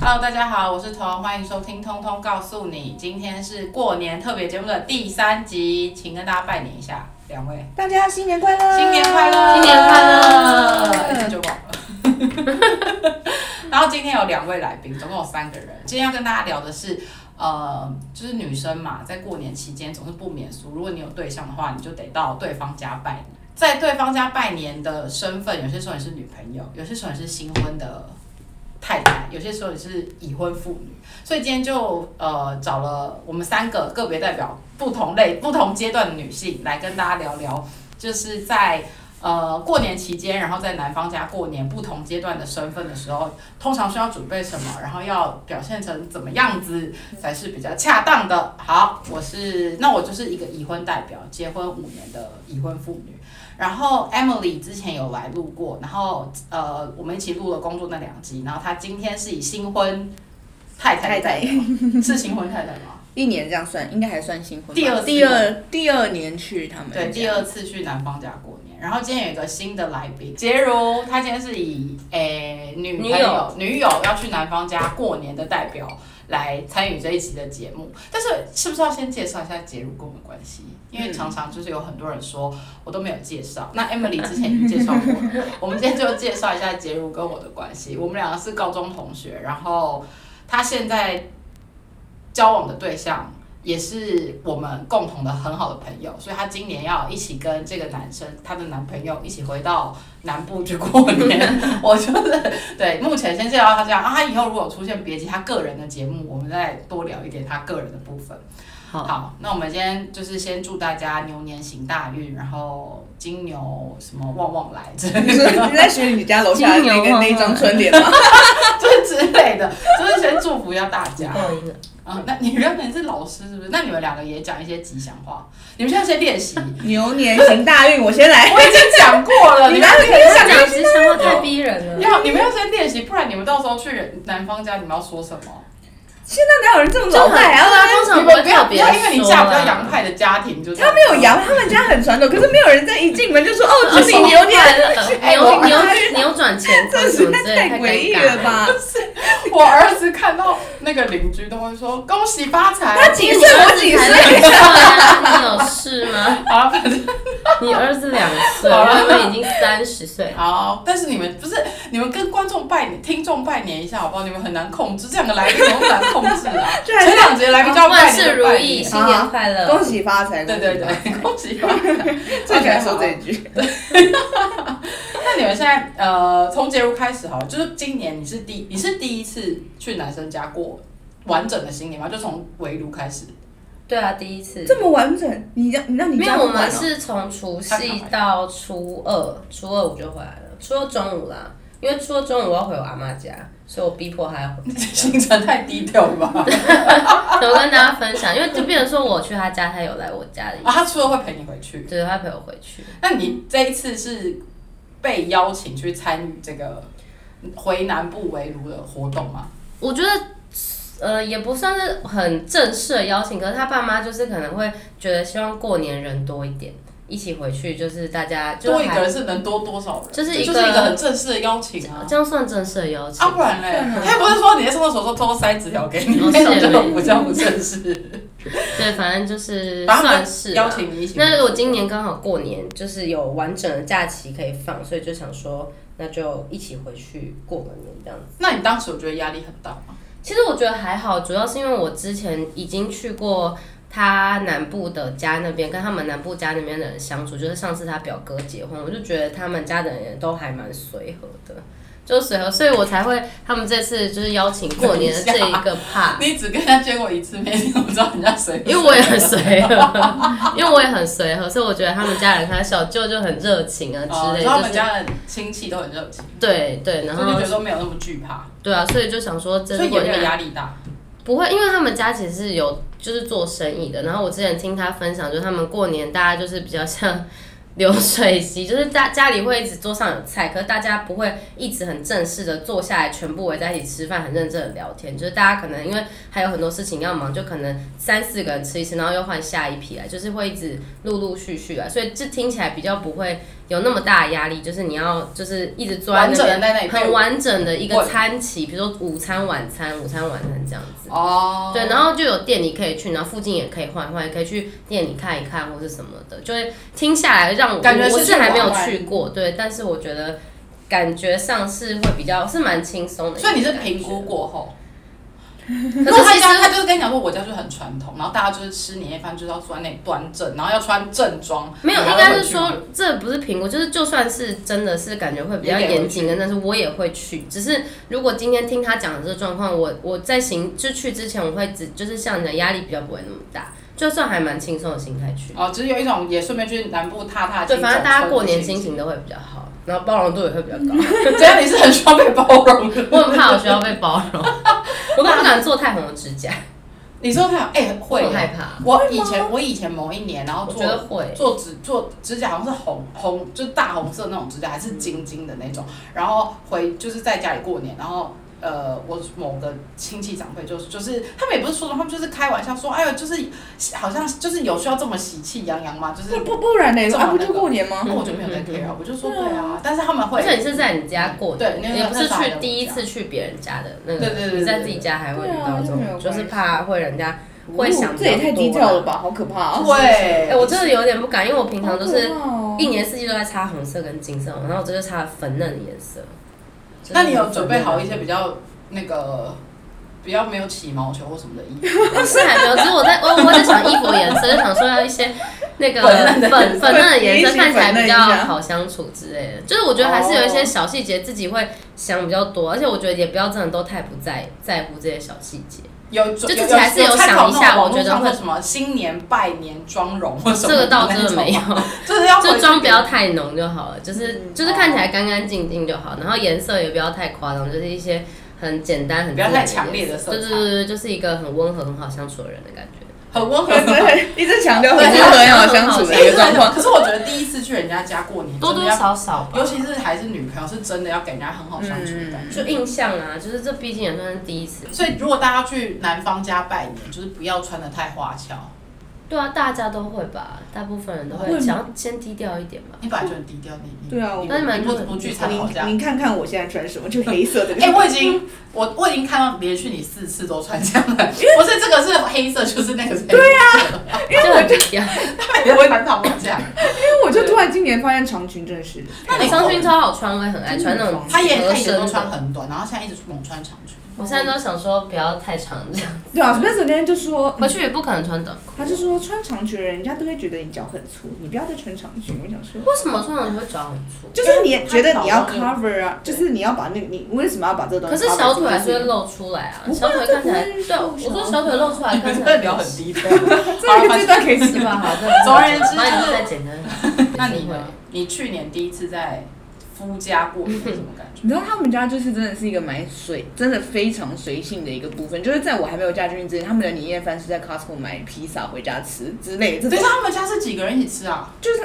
Hello，大家好，我是彤，欢迎收听《通通告诉你》。今天是过年特别节目的第三集，请跟大家拜年一下，两位大家新年快乐！新年快乐，新年快乐一下就忘了。 然后今天有两位来宾，总共有三个人。今天要跟大家聊的是，呃，就是女生嘛，在过年期间总是不免俗。如果你有对象的话，你就得到对方家拜年。在对方家拜年的身份，有些时候你是女朋友，有些时候你是新婚的太太，有些时候你是已婚妇女。所以今天就呃找了我们三个个别代表不同类、不同阶段的女性来跟大家聊聊，就是在呃过年期间，然后在男方家过年不同阶段的身份的时候，通常需要准备什么，然后要表现成怎么样子才是比较恰当的。好，我是那我就是一个已婚代表，结婚五年的已婚妇女。然后 Emily 之前有来录过，然后呃我们一起录了工作那两集，然后她今天是以新婚太太的太代太表，是新婚太太吗？一年这样算，应该还算新婚吧。第二次第二第二年去他们对，家第二次去男方家过年，然后今天有一个新的来宾，杰如，她今天是以诶、女朋女友友女友要去男方家过年的代表来参与这一期的节目。但是是不是要先介绍一下杰如跟我们的关系？因为常常就是有很多人说我都没有介绍，那 Emily 之前已经介绍过 了，我们今天就介绍一下杰如跟我的关系。我们两个是高中同学，然后她现在交往的对象也是我们共同的很好的朋友，所以她今年要一起跟这个男生，她的男朋友一起回到南部去过年。 我就是对，目前先介绍她这样，啊，她以后如果出现别集她个人的节目，我们再多聊一点她个人的部分。好那我们今天就是先祝大家牛年行大运，然后金牛什么旺旺来之类你的。 是你在学你家楼下的那金个牛啊那一张春联吗？这之类的，就是先祝福一下大家。报应了。啊，那你原本是老师是不是？那你们两个也讲一些吉祥话，你们现在先练习。牛年行大运，我先来。我已经讲过了，你 你们哪里不有啊要想讲吉祥话太逼人了，要你们要先练习，不然你们到时候去男方家，你们要说什么？现在哪有人这么就老很对派啊？啊，通你常们不会不要特不别要，因为你嫁比较说啊洋派的家庭，就是他没有摇，他们家很传统，可是没有人在一进门就说哦，哦祝你牛 年。 哎牛我牛扭转乾坤这什实么在之类的，太诡尴异尬了？吧？我儿子看到那个邻居都会说恭喜发财。他几岁？我几岁？对啊，你有事 吗？好了，反正你儿子两岁，好啊了我们已经三十岁，好，但是你们不是你们跟观众拜年、听众拜年一下好不好？你们很难控制，这两个来宾都很难控制啊。这还是前两节来宾叫拜万年事就如拜意，年新年快乐。恭喜发财！对对对， 恭喜发财。最喜欢说这一句。那你们现在呃，从节目开始好了，就是今年你是第你是第一次去男生家过完整的新年吗？就从围炉开始， 对啊，第一次。这么完整，你让你让你没家有，不我管们哦是从除夕到初二，初二我就回来了，初二中午啦，因为初二中午我要回我阿妈家，所以我逼迫她要回。 行程太低调了吧？我跟大家分享，因为就变成说我去她家，她有来我家里，啊，他除了会陪你回去，对，她陪我回去。那你这一次是被邀请去参与这个回南部围炉的活动吗？我觉得。呃，也不算是很正式的邀请，可是他爸妈就是可能会觉得希望过年人多一点，一起回去，就是大家就多一还个人是能多多少人？就是一就个是一个很正式的邀请啊。这样算正式的邀请啊，。不然嘞，他又 不是说你在上厕所的时候偷偷塞纸条给你，哦那种是就不叫不正式。对，反正就是反正他算们是啦邀请你一起。那我今年刚好过年，就是有完整的假期可以放，所以就想说，那就一起回去过个年这样子。那你当时有觉得压力很大吗？其实我觉得还好，主要是因为我之前已经去过他南部的家那边，跟他们南部家那边的人相处，就是上次他表哥结婚，我就觉得他们家的人也都还蛮随和的。 就随和，所以我才会他们这次就是邀请过年的这一个 part，你只跟人家见过一次面，你怎么知道人家谁？因为我也很随和， 因为我也很随和，所以我觉得他们家人，他小舅就很热情啊哦之类，然后他们就是家的亲戚都很热情，对对，然所以就后觉得都没有那么惧怕，对啊，所以就想说，这所以过也没年有压力大。不会，因为他们家其实是有就是做生意的。然后我之前听他分享，就是他们过年大家就是比较像流水席，就是家家里会一直桌上有菜，可是大家不会一直很正式的坐下来，全部围在一起吃饭，很认真的聊天。就是大家可能因为还有很多事情要忙，就可能三四个人吃一次，然后又换下一批来，就是会一直陆陆续续来，所以这听起来比较不会有那么大的压力，就是你要就是一直坐在完那整的边，在那里被很完整的一个问餐期，比如说午餐、晚餐、午餐、晚餐这样子。哦，对，然后就有店你可以去，然后附近也可以换一换，也可以去店里看一看或是什么的，就会听下来让我感觉是我去是还没有玩玩去过，对，但是我觉得感觉上是会比较是蛮轻松的一个所以感你觉，是评估过后，可如果是他其实家他就是跟你讲说，我家就很传统，然后大家就是吃年夜饭就是要坐在那里端正，然后要穿正装。没有，然后应该回是去说这不是评估，就是就算是真的是感觉会比较你也会严谨的，但是我也会去。只是如果今天听他讲的这个状况，我我在行就去之前，我会只就是像你的压力比较不会那么大，就算还蛮轻松的心态去。哦，只是有一种也顺便去南部踏踏青。对，反正大家走村过的年情心 景，情都会比较好，然后包容度也会比较高。只要你是很需要被包容的。我很怕我需要被包容， 我都不敢做太红的指甲，你说他哎、我会很害怕。我以前我以前某一年，然后我哦做觉得会，做指做指甲好像是红红，就是大红色那种指甲，还是晶晶的那种。然后回就是在家里过年，然后呃，我某个亲戚长辈就是就是他们也不是说他们就是开玩笑说，哎呦，就是好像就是有需要这么喜气洋洋吗？就是不不不然呢？这么啊，不就那个过年吗然？后我就没有在 care，啊我就说对对啊啊，但是他们会嗯而且你是在你家过的，对那个也不是那是去在我第一家次去别人家的那个，对对对对你在自己家还会遇到这种对啊，就这没是有关系怕会人家会哦想这比较多啦也太低调了吧，好可怕啊！会，哎、我真的有点不敢，因为我平常都是好可怕哦一年四季都在擦红色跟金色，然后我这就擦了粉嫩的颜色。那你有准备好一些比较那个比较没有起毛球或什么的衣 服？较是还没有，只是我在我我在想衣服的颜色，就想说要一些那个粉嫩的粉粉嫩的对颜一色起看起来粉嫩比一较下好相处之类的。就是我觉得还是有一些哦小细节自己会想比较多，而且我觉得也不要真的都太不在在乎这些小细节。有就就自己还是有想一下我觉得会会什么新年拜年妆容或什这么个倒那真的种没有， 就是要回就去妆不要太浓就好了，就是嗯就是看起哦来干干净净就好，然后颜色也不要太夸张，就是一些很简单、很不要太强自烈然的颜色色对对对对，就是一个很温和、很好相处的人的感觉。很温和。对， 一直强调对很温和、很好相处的一个状 况。可是我觉得第一次去人家家过年，多真多的要，少少吧尤其是还是女朋友，是真的要给人家很好相处的嗯感觉。就印象啊，就是这毕竟也算是第一次。所以如果大家去男方家拜年，就是不要穿的太花俏。对啊，大家都会吧，大部分人都会会吗想要先低调一点吧。你本来就很低调，你你对啊你但是蛮你不不聚餐好像。您您看看我现在穿什么，就黑色的。哎、我已经我我已经看到连续你四次都穿这样的，不是这个是黑色，就是那个是黑色。 对啊，就很低调。我很讨厌这样。因为我就突然今年发现长裙真的是，那你长裙超好穿，我也很爱穿那种他也合他也身都穿的。很短，然后现在一直猛穿长裙。我现在都想说不要太长这样，对啊，那时候那天就说，回去也不可能穿短裤。他就说穿长裙的人人家都会觉得你脚很粗，你不要再穿长裙。我想说，为什么穿短裤会脚很粗？就是你觉得你要哎因为他 cover 啊，就是你要把那个你为什么要把这个东可西？是小腿还是会。露出来啊，不会啊小腿看起来，这不会对，我露出来说小腿露出来你们 看起真来的聊很低调。这 好了个这段可以是洗吧？好，总而言之那就是再简单。 那你会呢？你去年第一次在夫家过年是什么感 觉？你知道他们家就是真的是一个蛮随，真的非常随性的一个部分，就是在我还没有嫁进去之前，他们的年夜饭是在 Costco 买披萨回家吃之类的，等这一种下，他们家是几个人一起吃啊？就是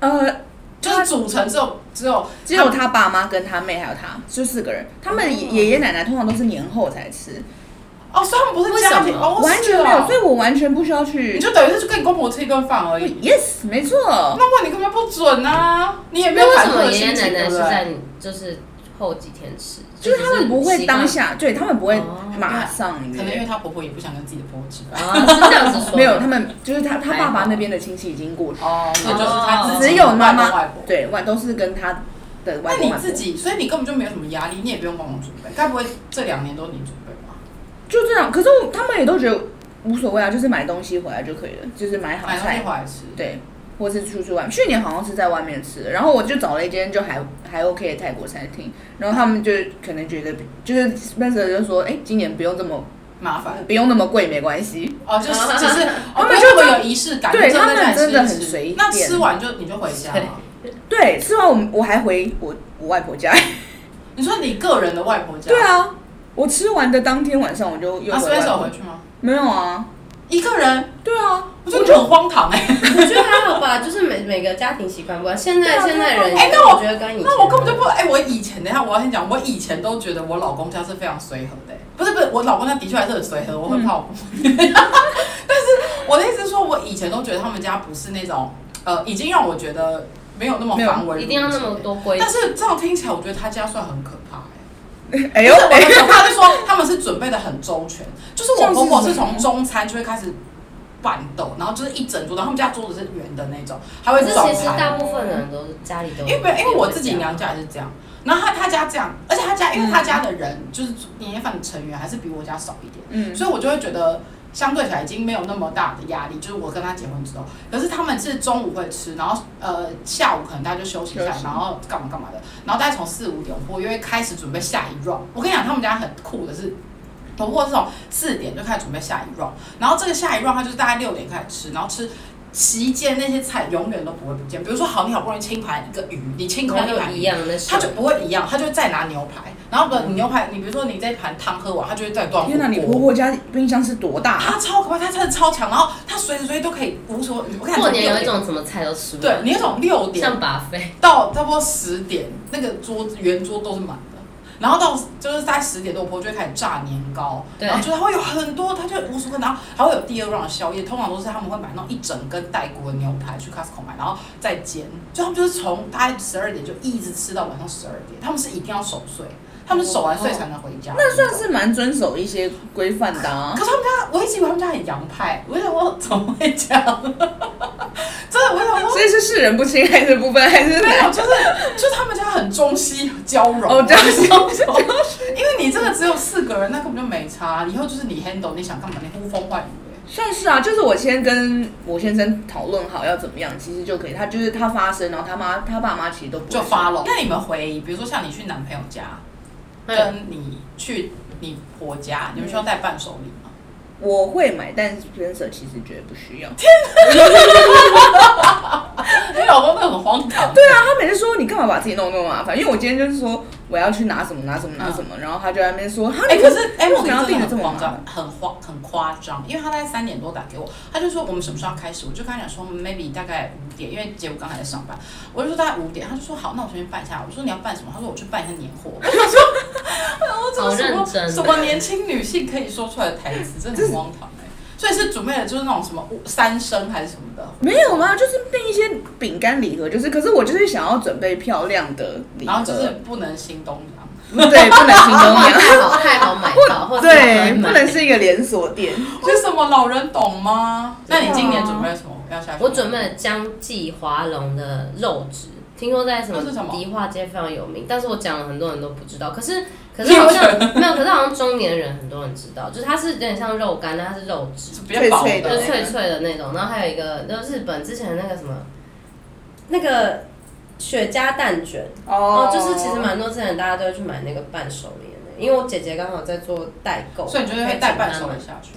呃，就是组成只有只有只有他爸妈跟他妹还有他，就四个人，他们爷爷爷奶奶通常都是年后才吃，哦，所以他们不是家庭为什么哦，完全没是有，哦所以我完全不需要去你。就等于是去跟你公婆吃一顿饭而已。 Yes，没错，那问你根本不准啊！你也没那有为反什复么的爷心爷奶情，对奶不是对？在你就是后几天吃？就是他们不会当习下，对他们不会哦马上约，可能因为她婆婆也不想跟自己的婆婆吃饭。惯啊，是这样子说 的。没有，他们就是他他还好爸爸那边的亲戚已经过去，哦，所以就是她自己只有妈外公妈外婆。对外都是跟他的那外公你外婆自。己，所以你根本就没有什么压力，你也不用帮我准备，该不会这两年都你准备吧？就这样。可是我他们也都觉得无所谓啊，就是买东西回来就可以了，就是买好买东西啊菜回，来吃。对，或是出去外。去年好像是在外面吃的，然后我就找了一间就还还 OK 的泰国餐厅，然后他们就可能觉得就是那时候就说，哎、今年不用这么麻烦不用那么贵，没关系。哦， 就是只是嗯他哦，们们就就会有仪式感，对就在他们那里吃真的一很吃随便那吃完就你就回家对了。对，吃完我们我还回我我 外婆家。啊你说你个人的外婆家，对，啊，我吃完的当天晚上我就又那回外啊 Spencer 婆回。去吗？没有啊，一个人，对啊，我觉得你很荒唐哎。我觉得还好吧，就是每每个家庭习惯不一样。现在对啊现在人，哎那我觉得跟以前那我根本就不哎、我以前等一下我要先讲，我以前都觉得我老公家是非常随和的、欸不是不是，我老公家的确还是很随和，我嗯很怕我。 但是我的意思是说，我以前都觉得他们家不是那种呃，已经让我觉得没有那么没有繁文缛节，一定要那么多规矩但。是这样听起来，我觉得他家算很可怕、欸。哎呦不是，我的可怕是说他们是准备的很周全，就是我婆婆是从中餐就会开始拌豆，然后就是一整桌，然后他们家桌子是圆的那种，还会可是转其实盘。大部分人都是家里都有因为因为我自己这样娘嗯家也是这样，然后他他家这样，而且他家因为他家的人、就是年夜饭的成员还是比我家少一点，嗯，所以我就会觉得相对起来已经没有那么大的压力。就是我跟他结婚之后，可是他们是中午会吃，然后呃下午可能大家就休息一下休，息然后干嘛干嘛的，然后大概从四五点，我又会开始准备下一 round。我跟你讲，他们家很酷的是。婆婆是从四点就开始准备下一 round，然后这个下一 round 她就是大概六点开始吃，然后吃期间那些菜永远都不会不见。比如说，好，你好不容易清盘一个鱼，你清空它一就盘一鱼，样的水，他就不会一样，他就会再拿牛排，然后不，你牛排，你比如说你这一盘汤喝完，他就会再端火嗯天哪，你婆锅。婆家冰箱是多大啊？他超可怕，他真的超强，然后他随时随地都可以无所。我看过年有六一点种什么菜都吃不对完，你有一种六点像把费，到差不多十点，那个桌子圆桌都是满的，然后到就是在十点多，我婆就会开始炸年糕，对然后就是它会有很多，它就无数个，然后还会有第二 round 的宵夜，通常都是他们会买那种一整根带骨的牛排去 Costco 买，然后再煎，就他们就是从大概十二点就一直吃到晚上十二点，他们是一定要守岁，他们是守完哦岁才能回家。那算是蛮遵守一些规范的啊可。是他们家，我一直以为他们家很洋派，我就想我怎么会这样？真的，我就想说所以是世人不清还是不分还是 没 有，就是就是他们家很中西交融，哦中西交融，因为你这个只有四个人，那根本就没差。以后就是你 handle，你想干嘛，你呼风唤雨、算是啊，就是我先跟我先生讨论好要怎么样，其实就可以。他就是他发生，然后他妈他爸妈其实都不欸会就说发了。那你们回，比如说像你去男朋友家，嗯，跟你去你婆家，你们需要带伴手礼吗？ 我会买，但是 Spencer 其实觉得不需要。你老公那很荒唐，对啊，他每次说你干嘛把自己弄那么麻烦？因为我今天就是说我要去拿什么拿什么拿嗯什么，然后他就在那边说，哈，哎、你可是哎，为什我么真要的定的这很么夸麻张烦，？很夸很夸张，因为他大概三点多打给我，他就说我们什么时候要开始，我就跟他讲说 maybe 大概五点，因为姐夫刚才在上班，我就说大概五点，他就说好，那我先去办一下，我说你要办什么？他说我去办一下年货，我就说，我怎么好什认么真啊什么年轻女性可以说出来的台词，真的很荒唐哎、所以是准备了就是那种什么五三生还是什么的，没有啊，就是订一些饼干礼盒，就是，可是我就是想要准备漂亮的礼盒，然后就是不能新东阳。对，不能行 动哇量，太好太好买到，或者对，不能是是一个连锁店。为什么老人懂吗？那你今年准备了什么？要下去吗？我准备了江记华龙的肉质，听说在什那是什么么迪化街非常有名，但是我讲了很多人都不知道，可是可是好像没有，可是好像中年人很多人知道，就是它是有点像肉干，但它是肉质，是比较薄脆脆就的的是脆脆的那种。然后还有一个就是日本之前那个什么那个雪茄蛋卷。哦，就是其实蛮多之前大家都会去买那个伴手礼的那个，因为我姐姐刚好在做代购，所以你就可会请带她伴手买礼下去。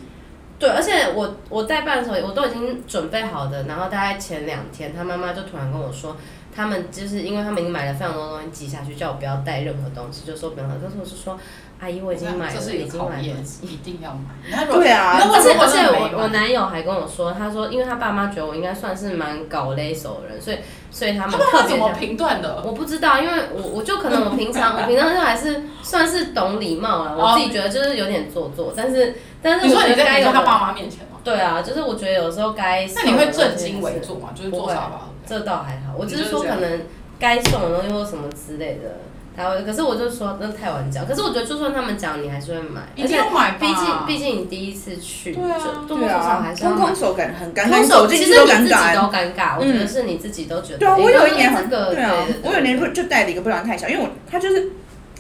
对，而且我我带伴手礼我都已经准备好的，然后大概前两天，她妈妈就突然跟我说，他们就是因为他们已经买了非常多东西寄下去，叫我不要带任何东西，就说不要带。但是我是说，阿姨我已经买这了，是一已个经考买验了。，一定要买。那如果对啊，那而且为什么而且是没我买我男友还跟我说，他说因为他爸妈觉得我应该算是蛮搞勒手的人，所以所以他他们们特会怎别么想评断的？我不知道，因为我我就可能我平常我平常就还是算是懂礼貌了，哦我自己觉得就是有点做作，但是但是你我说觉你得在该你有在他的爸妈面前吗？对啊，就是我觉得有时候该那你会送正的东西襟是危坐吗？就是坐沙发。这倒还好，我你只就是是说这可样能该送的东西或什么之类的，他会，可是我就说那太晚讲，可是我觉得就算他们讲，你还是会买，一而定且要买吧，毕竟毕竟你第一次去，对啊就多多对少少啊还，是要空买空。手感很尴尬，空你手走其进实去你都自尴己尬都欸。尴尬，我觉得是你自己都觉得。对啊，诶我有刚一刚年很这个对啊对对，我有一年对不就带了一个不然太小，因为我它就是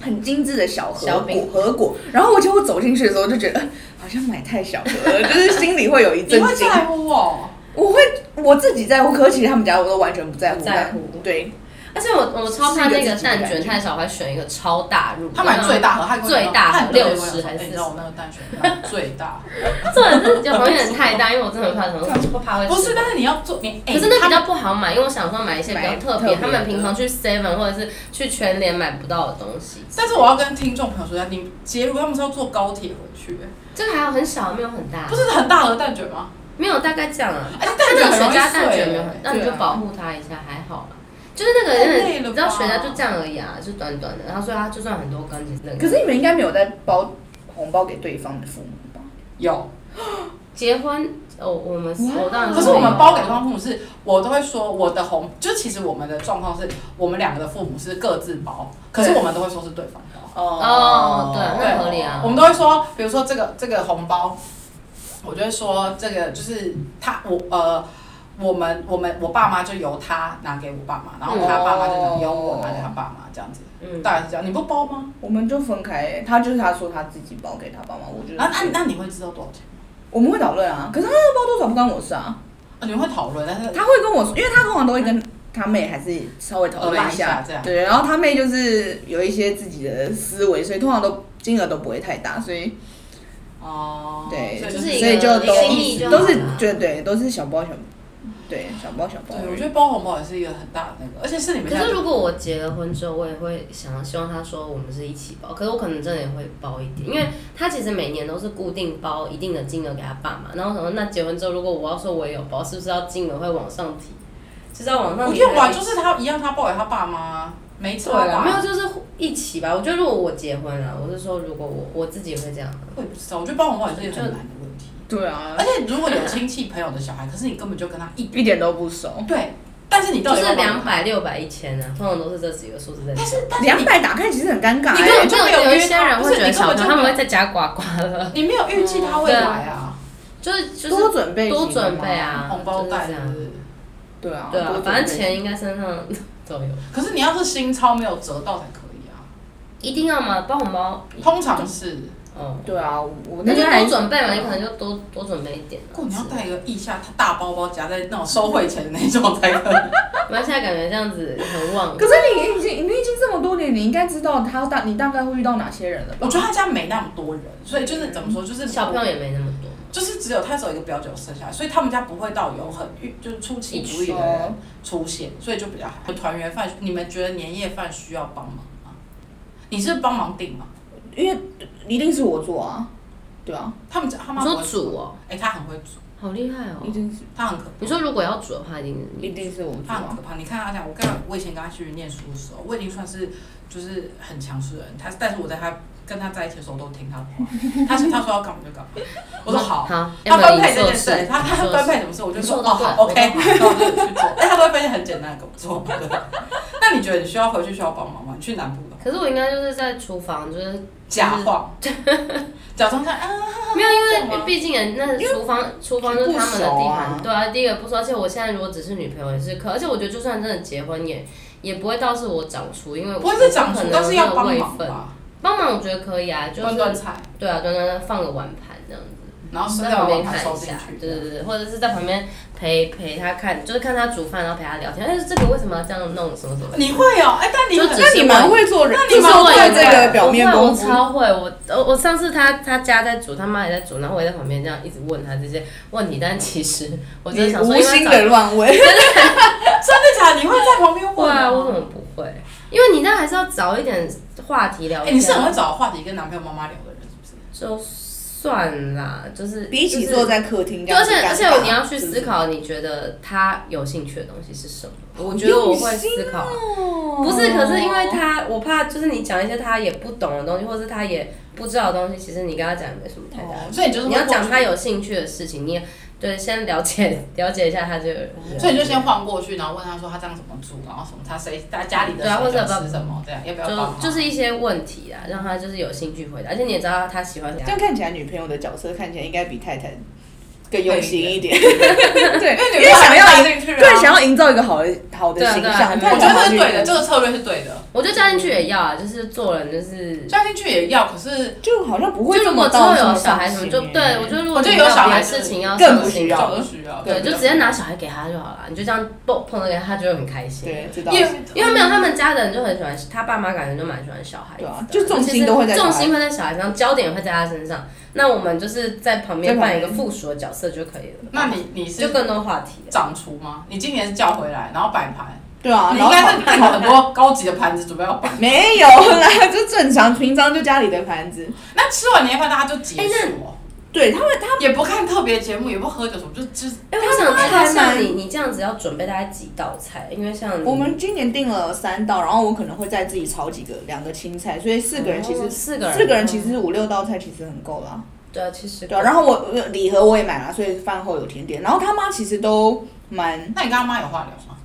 很精致的小盒小果饼盒果，然后我结果走进去的时候就觉得呃好像买太小盒了，就是心里会有一你阵会惊。在乎哦。我会我自己在乎，可是其实他们家我都完全不在乎。不在乎但对，而且我我超怕是一那个蛋个自己的感卷觉太少，我还选一个超大入。他买 最大盒，他跟我讲最大盒他很得意我60还是哎你知道我那个蛋卷买 最大？这人是有有点太大，因为我真的很怕什么，我怕会不是，吃。但是你要做你，哎可是那他比较不好买，因为我想说买一些比较特别，买特别的他们平常去 Seven 或者是去全联买不到的东西。但是我要跟听众朋友说一下，你结果他们是要坐高铁回去，哎这个还好很小，没有很大不，是很大盒蛋卷吗？没有大概这样啊。而且它蛋那卷个很雪容易茄蛋碎卷没有很，，那哎你就对啊保护它一下，还好啦。就是那个有太累了点，吧你知道雪茄就这样而已啊，就短短的，然后所以它就算很多根，其实那个。可是你们应该没有在包红包给对方的父母吧？有。结婚哦，我们哇我当然可是没有啊我们包给对方父母是，我都会说我的红，就其实我们的状况是我们两个的父母是各自包，可是我们都会说是对方包，哦，对，那合理啊我。们都会说，比如说这个这个红包，我就会说这个就是他我呃。我们我们我爸妈就由他拿给我爸妈，然后他爸妈就拿由我拿给他爸妈，这样子，嗯，大概是这样。你不包吗？我们就分开、他就是他说他自己包给他爸妈，我就是、那嗯那啊那你会知道多少钱？我们会讨论啊，可是他包多少不关我事啊，啊你们会讨论，但是他会跟我说，因为他通常都会跟他妹还是稍微讨论呃一下这样对，然后他妹就是有一些自己的思维，所以通常都金额都不会太大，所以哦，对，所以就就是是一个所以就都心意就好了都是对对都是小包小，对小包小包对，，我觉得包红包也是一个很大的那个，而且是你们可现在是如果我结了婚之后，我也会想要希望他说我们是一起包，可是我可能真的也会包一点，因为他其实每年都是固定包一定的金额给他爸嘛。然后我想说，那结婚之后如果我要说我也有包，是不是要金额会往上提？就是要往上不提？用吧，就是他一样，他报给他爸妈，没错对啦，吧？没有，就是一起吧。我觉得如果我结婚了，我是说如果我我自己也会这样。我也不知道，我觉得包红包也是一个很难的问题。对啊而，且如果有亲戚朋友的小孩，可是你根本就跟他一一点都不熟，对，但是你到就底是要不要两百、六百、一千啊，通常都是这几个数字在讲。两百打开其实很尴尬、你欸根，本就就没有有一约些他人不会是觉得你根小本就他们没会有在家呱呱了，你没有预计嗯他会来啊，就是就是多准备多一些嘛准备啊，红包袋就是这样。是对啊，对多啊准，备反正钱应该身上都有，可是你要是新钞没有折到才可以啊，一定要吗？包红包，通常是。哦，对啊，我我那那就嗯天还多准备嘛，你可能就多多准备一点啊。如果你要带一个腋下，他大包包夹在那种收汇钱的那种才可以。 不然现在感觉这样子很旺可。是你已经你已经这么多年，你应该知道他大你大概会遇到哪些人了吧？我觉得他家没那么多人，所以就是怎么说，就是小朋友也没那么多，就是只有他只有一个表舅生下来，所以他们家不会到有很遇就是出其不意的哦人出现，所以就比较好。团圆饭，你们觉得年夜饭需要帮忙吗？你是帮忙订吗？因为一定是我做啊，对啊，他们家他你妈不说会，煮哦，哎、他很会煮，好厉害哦！定是他很可，你说如果要煮的话，一定是你一定是我做他很啊。可怕。你看他讲，我跟他我以前跟他去念书的时候，我已经算是就是很强势的人，他但是我在他跟他在一起的时候都听他的话，他他说要干嘛就干嘛，我说好。好，他 Emily，分配这做件事事，他他做事分配什么事，我就说你说哦得对好，OK，然后我就去做。 但他都会分配很简单的工作。对 那你觉得你需要回去需要帮忙吗？你去南部的可是我应该就是在厨房，就是假 话，假装在啊，没有，这因样为吗毕竟人那厨房，厨房就是他们的不地熟盘，啊对啊，第一个不说，而且我现在如果只是女朋友也是可，而且我觉得就算真的结婚也也不会到是我长出，因为我不会是讲可出能，但是要帮有那个忙位分吧，帮忙我觉得可以啊，就是端端哦菜，对啊，端端端放个碗盘这样子，然后在顺旁便边把看它收一进下，去。对对对对，或者是在旁边陪陪他看，就是看他煮饭，然后陪他聊天，哎，这个为什么要这样弄，什么什么。你会哦，哎，但你就很只是那你蛮会做人，那就你是蛮会会的这个表面我功会夫我。超会，我呃我上次他他家在煮，他妈也在煮，然后我也在旁边这样一直问他这些问题，但其实我真的你想说，无心的乱问，真的假的？你会在旁边会问啊，吗我怎么不会？因为你那还是要找一点话题聊哎，天。你是很会找话题跟男朋友妈妈聊的人，是不是？就算啦，就是 比起坐。在客厅这就样而子尴且尬，而且你要去是思不是。考，你觉得他有兴趣的东西是什么？我觉得我会思考，哦不是，可是因为他，我怕就是你讲一些他也不懂的东西，或者是他也不知道的东西，其实你跟他讲也没什么太大哦，所以你就是你会要过去讲他有兴趣的事情，你也对先了解了解一下他这个人，所以你就先晃过去，然后问他说他这样怎么煮，然后什么他谁他家里的对啊或谁者想吃什么，这样要不要帮忙？就就是一些问题啦，让他就是有兴趣回答，而且你也知道他喜欢这什样么。看起来，女朋友的角色看起来应该比太太更用心一点， 因对，为因为想啊要进去对想要营造一个好的好的对啊形对啊象，我太我觉得太是对的，这就个策略是对的。我觉得加进去也要啊，就是做人就是，加进去也要，可是就好像不会就这如么果之到后这么有小孩上什心么就耶对，我觉得如果我觉得你有要小别孩的事情要更不上心需要早就需要，对，就对直接拿小孩给他就好了，你就这样碰碰着给他，他就会很开心。对，知道因为因为没有他们家的人就很喜欢，他爸妈感觉就蛮喜欢小孩子对的，啊就重心都会在其小实孩重心会在小孩身上，焦点也会在他身上。那我们就是在旁边在旁边扮一个附属的角色就可以了。那你你就是更多话题了。掌厨吗？你今年是叫回来，然后摆盘，对啊，你应然后该好是订了很多高级的盘子准备要 摆。没有啦， 就正常，平常就家里的盘子。那吃完年夜饭大家就结哎那束哦，对他们，他也不看特别节目，也不喝酒什么，就就是哎、我想知道他像们你，你这样子要准备大概几道菜？因为像你我们今年订了三道，然后我可能会再自己炒几个，两个青菜，所以四个人其实、哦四个人四个人其实五六道菜其实很够啦。对啊，七十。对啊，然后我我礼盒我也买了，所以饭后有甜点。然后他妈其实都蛮，那你跟他妈有话聊吗？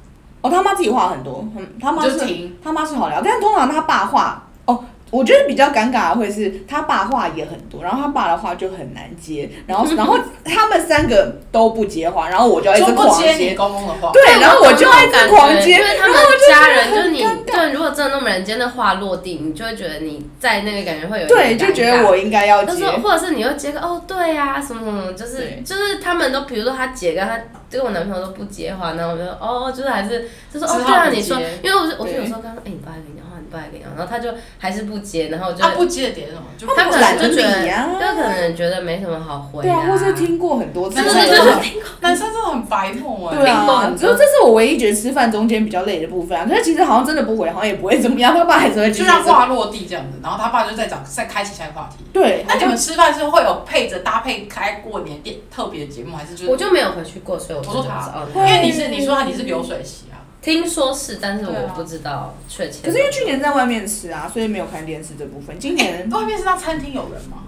哦，他妈自己话很多，嗯，他妈就是听他妈是好聊，但通常他爸话哦，我觉得比较尴尬的会是他爸话也很多，然后他爸的话就很难接，然 后然后他们三个都不接话，然后我就要一直就不狂接你公公的话。对，然后我就要一感直觉，狂接，因为他然们后我就家觉得人就是很你尴尬，对，如果真的那么人间的话落地，你就会觉得你在那个感觉会有一对，点就觉尴尬得我应该要就接是，或者是你会接个哦，对呀、什么什么，就是对就是他们都，比如说他姐跟他跟我男朋友都不接话，然后我就哦，就是还是就是只哦，好对啊，不你说接，因为我是我是对有时候跟他说，哎、你爸来跟你讲话，你爸来跟你讲话，然后他就还是不接，然后我就、啊他不接的点是什么？就他可懒能得就觉得，理啊就可能觉得没什么好回对的、啊，或是听过很多次但对，是对才对有就是对听过男生真的很白目哎、对过啊很，就多这是我唯一觉得吃饭中间比较累的部分啊。可是其实好像真的不回，好像也不会怎么样，他爸还是会继就续让吃话落地这样子，然后他爸就再找再开启下一个话题。对，那你们吃饭是会有配着搭配开过年电特别节目，还是就是？ 我就没有回去过，所以我我就说不知他道。因为你是你说你是流水席啊，听说是，但是对我啊不知道确切。可是因为去年在外面吃啊，所以没有看电视这部分。今年哎 外面是那餐厅有人吗？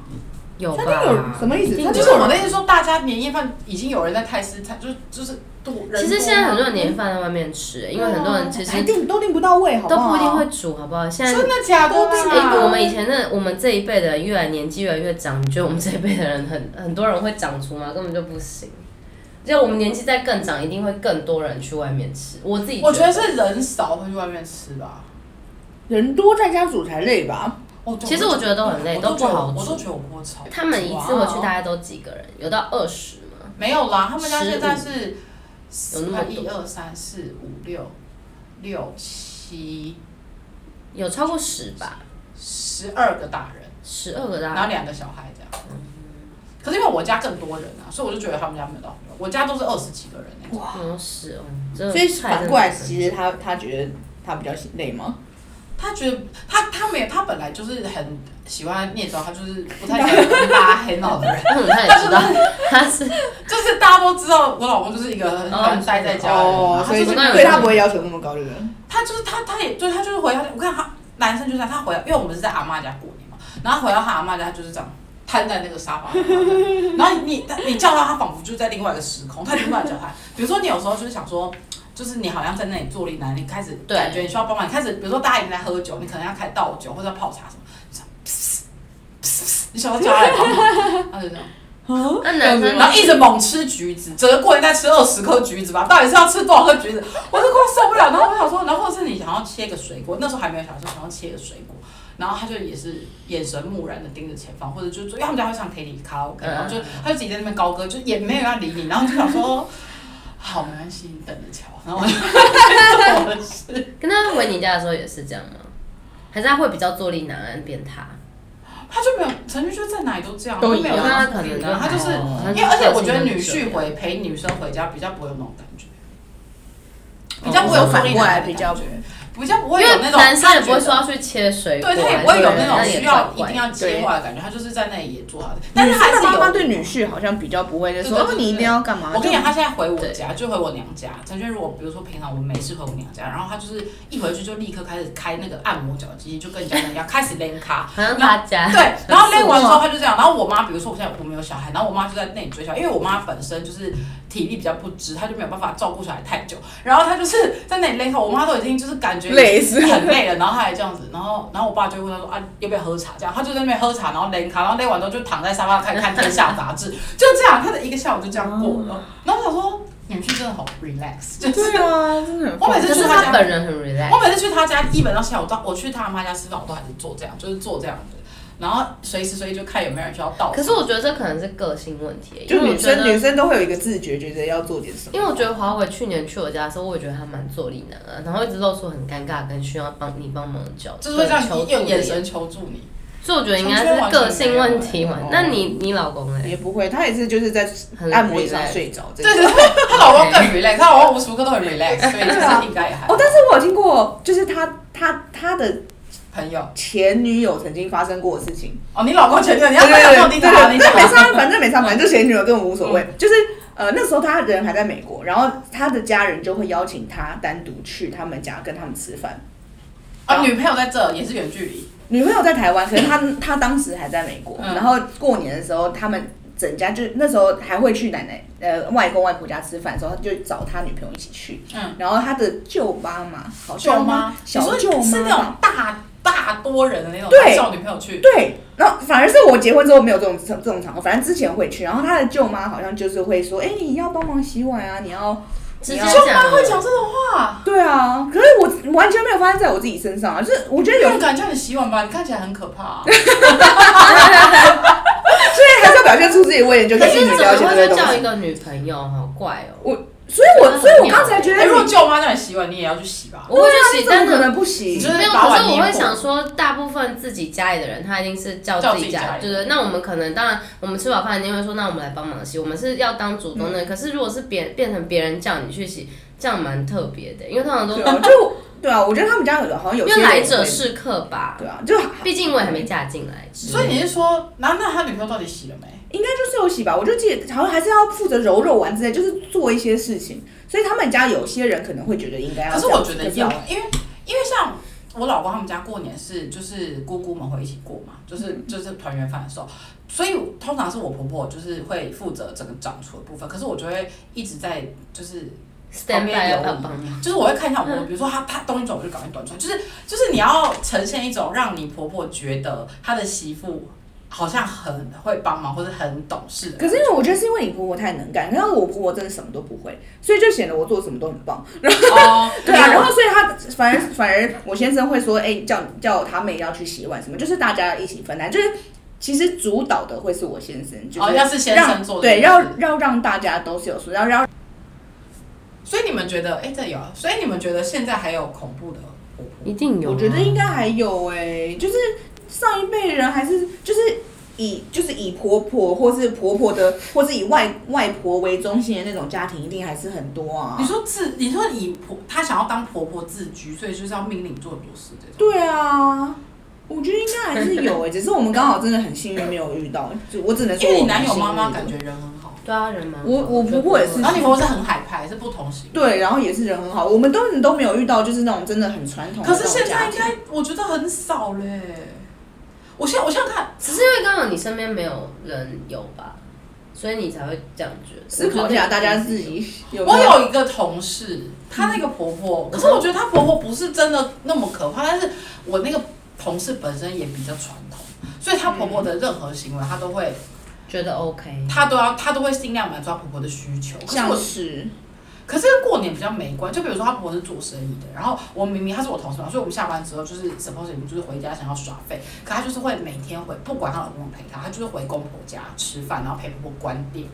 有餐吧？厅有什么意思一定餐就厅是有我的意思说，大家年夜饭已经有人在泰式餐，就是就是多人。其实现在很多人年夜饭在外面吃、因为很多人其实还订哎都订不到位，好都好？不一定会煮，好不好？现在真的假的啊都是哎、啦？我们以前那我们这一辈的人越来年纪越来越长，你觉得我们这一辈的人很 很多人会长出吗？根本就不行。就我们年纪再更长，一定会更多人去外面吃。我自己我觉得得，是人少会去外面吃吧。人多在家煮才累吧？我其实我觉得都很累我都都不好觉得我煮都觉得我不会炒。他们一次回去哇大概都几个人？有到二十吗？没有啦，他们家现在15是呃有那么多一二三四五六六七有超过十吧，十二个大人，十二个然后大概。两个小孩这样。嗯可是因为我家更多人啊，所以我就觉得他们家没有到很多，我家都是二十几个人欸哇！有十哦，真的所以菜反真的过来，是其实他他觉得他比较累吗？他觉得他他没有，他本来就是很喜欢你也知道，他就是不太喜欢 跟大家黑闹的人，嗯，他也知道他是就是大家都知道我老公就是一个很嗯喜欢待在家的人啊，他哦所就是以就我刚才有对说他不会要求那么高，对不对？他就是他，他也对他就是回到我看他男生就这样，他回到因为我们是在阿妈家过年嘛，然后回到他阿妈家他就是这样瘫在那个沙发上，然后你你你叫他，他仿佛就在另外一个时空，他另外叫他。比如说你有时候就是想说，就是你好像在那里坐立难安，你开始对感觉你需要帮忙，你开始比如说大家已经在喝酒，你可能要开始倒酒或者要泡茶什么，你想要叫他来帮忙，他就这样。那男生然后一直猛吃橘子，整个过年再吃二十颗橘子吧，到底是要吃多少颗橘子？我都快受不了。然后我想说，然后或者是你想要切个水果，那时候还没有想说想要切个水果，然后他就也是眼神木然的盯着前方，或者就是因为他们家会唱 K 里卡拉 OK，然后嗯就他就自己在那边高歌，就也没有要理你，然后就想说，好没关系，你等着瞧。然后我就做我的事，跟他回你家的时候也是这样吗？还是他会比较坐立难安，变他？他就没有陈俊就在哪里都这样，都就没有一样让那他可能理他就是哦因为而且我觉得女他就是婿回陪女生回家比较不会有那种感觉，哦比较不会有反坐立过难来安的比较感觉，比较不因会有为那种男生也不会他觉得说要去切水果，啊对他也不会有那种也需要怪一怪定要接对话的感觉，他就是在那里也做他的，但女是还生是的有妈妈对女婿好像比较不会就说，对对哦对，对你一定要干嘛？我跟你就讲，他现在回我家，就回我娘家。陈轩如果比如说平常我没事回我娘家，然后他就是一回去就立刻开始开那个按摩脚机，就跟你讲的一样，开始练卡。好像他 家对，然 后练完哦之后他就这样。然后我妈，比如说我现在我没有小孩，然后我妈就在那里追小孩，因为我妈本身就是体力比较不支，她就没有办法照顾小孩太久。然后她就是在那里练卡，我妈都已经就是感觉累死很累了，然后她还这样子，然后然后我爸就会问她说啊要不要喝茶？这样，她就在那边喝茶，然后练卡，然后练完之后就躺在沙发上看看天下杂志，就这样，她的一个下午就这样过了。然后我想说，女婿真的好 relax，就哦对是啊，真的很我每疯。次就去是他家他本人很 relax，我每次去他家，基本上下午到我去他妈家吃饭，我都还是做这样，就是做这样子，然后随时随地就看有没有人需要倒茶。可是我觉得这可能是个性问题，就因为女我觉生女得。生都会有一个自觉，觉得要做点什么。因为我觉得华为去年去我家的时候，我也觉得他蛮坐立难安，啊然后一直露出很尴尬跟需要帮你帮忙的角就色，是会让求你助的用眼 神求助你，所以我觉得应该是个性问题嘛完全没有。那你你老公哦嘞？也不会，他也是就是在很按摩椅 relax 上睡着这种。对对 对，她老公更 relax，她老公无时无刻都很 relax，所以就对啊是应该也还哦，但是我有听过，就是他他他的朋友前女友曾经发生过的事情。哦，你老公前女友，你要对不对要到底对对对，哪但里？啊没差，反正没差，反正就前女友根本无所谓。就是呃，那时候他人还在美国，然后他的家人就会邀请他单独去他们家跟他们吃饭。 啊，女朋友在这也是远距离，女朋友在台湾，可是她她当时还在美国，嗯然后过年的时候他们。整家就是那时候还会去奶奶呃外公外婆家吃饭的时候，他就找他女朋友一起去。嗯，然后他的舅妈嘛，好舅像妈，你小说舅妈是那种吧大大多人的那种，对叫女朋友去，对，然后反而是我结婚之后没有这种这种场合，反正之前会去。然后他的舅妈好像就是会说，哎、你要帮忙洗碗啊，你要直接舅讲妈了会讲这种话，对啊。可是我完全没有发生在我自己身上啊，就是我觉得 有，有敢叫你洗碗吧？你看起来很可怕、啊。所以还是要表现出自己的威严，就可哎以去是怎了解么这会些就东叫西一。个女朋友？好怪哦、所以我所以我刚才觉哎、得如果你，舅妈叫你洗碗，你也要去洗吧？我会去啊你洗，怎么但可是能不你行就？是没有，把可碗是捏我会破想说，大部分自己家里的人，他一定是叫叫自自己己家家，里对对。那我们可能当然，我们吃饱饭一定会说，那我们来帮忙洗。我们是要当主动嗯的，可是如果是别变成别人叫你去洗，这样蛮特别的，因为通常都对啊，就 对啊，我觉得他们家有的好像有因些为人来者会是客吧，对啊，就毕竟我也还没嫁进来，所以你是说，那那他女朋友到底洗了没？应该就是有洗吧，我就记得好像还是要负责揉揉丸之类，就是做一些事情。所以他们家有些人可能会觉得应嗯该要可这样是我觉子，得可是要，因为因为像我老公他们家过年是就是姑姑们会一起过嘛，就是就是团圆饭的时候，所以通常是我婆婆就是会负责整个掌厨的部分，可是我就会一直在就是旁 stand 边 by 有要不要帮忙？就是我会看一下我婆婆，比如说她她东西转我就赶快短穿，就是就是你要呈现一种让你婆婆觉得她的媳妇好像很会帮忙或者很懂事的可感觉。是因为我觉得是因为你婆婆太能干，然后我婆婆真的什么都不会，所以就显得我做什么都很棒。哦，对啊，然后所以他反而反而我先生会说，哎、叫叫他妹要去洗碗什么，就是大家一起分担，就是其实主导的会是我先生，就是哦要是先让生做的对，这个事要要让大家都是有数，要让所以你们觉得，哎、这有啊，所以你们觉得现在还有恐怖的婆婆？一定有啊，我觉得应该还有哎、就是上一辈人还是就是以就是以婆婆或是婆婆的，或是以外外婆为中心的那种家庭，一定还是很多啊你。说自，你说以婆，她想要当婆婆自居，所以就是要命令你做很多事这种。对啊，我觉得应该还是有哎、只是我们刚好真的很幸运没有遇到，就我只能说因为我你蛮男友幸运妈妈的感觉人很好，对啊，人嘛，我我婆婆也是啊然后你婆婆是很海派，是不同型。对，然后也是人很好，我们都都没有遇到就是那种真的很传统的可那种是家庭。现在应该，我觉得很少嘞。我现在我现在看，只是因为刚好你身边没有人有吧，所以你才会这样觉得。思考一下，大家自己有没我有一嗯个同事，她那个婆婆，可是我觉得她婆婆不是真的那么可怕，但是我那个同事本身也比较传统，所以她婆婆的任何行为，她都会，觉得 OK，她都要，她都会尽量满足她婆婆的需求。可是像我是可是过年比较没关，就比如说她婆婆是做生意的，然后我明明她是我同事嘛，所以我们下班之后就是 suppose 你就是回家想要耍废，可她就是会每天回，不管她老公陪她，她就是回公婆家吃饭，然后陪婆婆关店。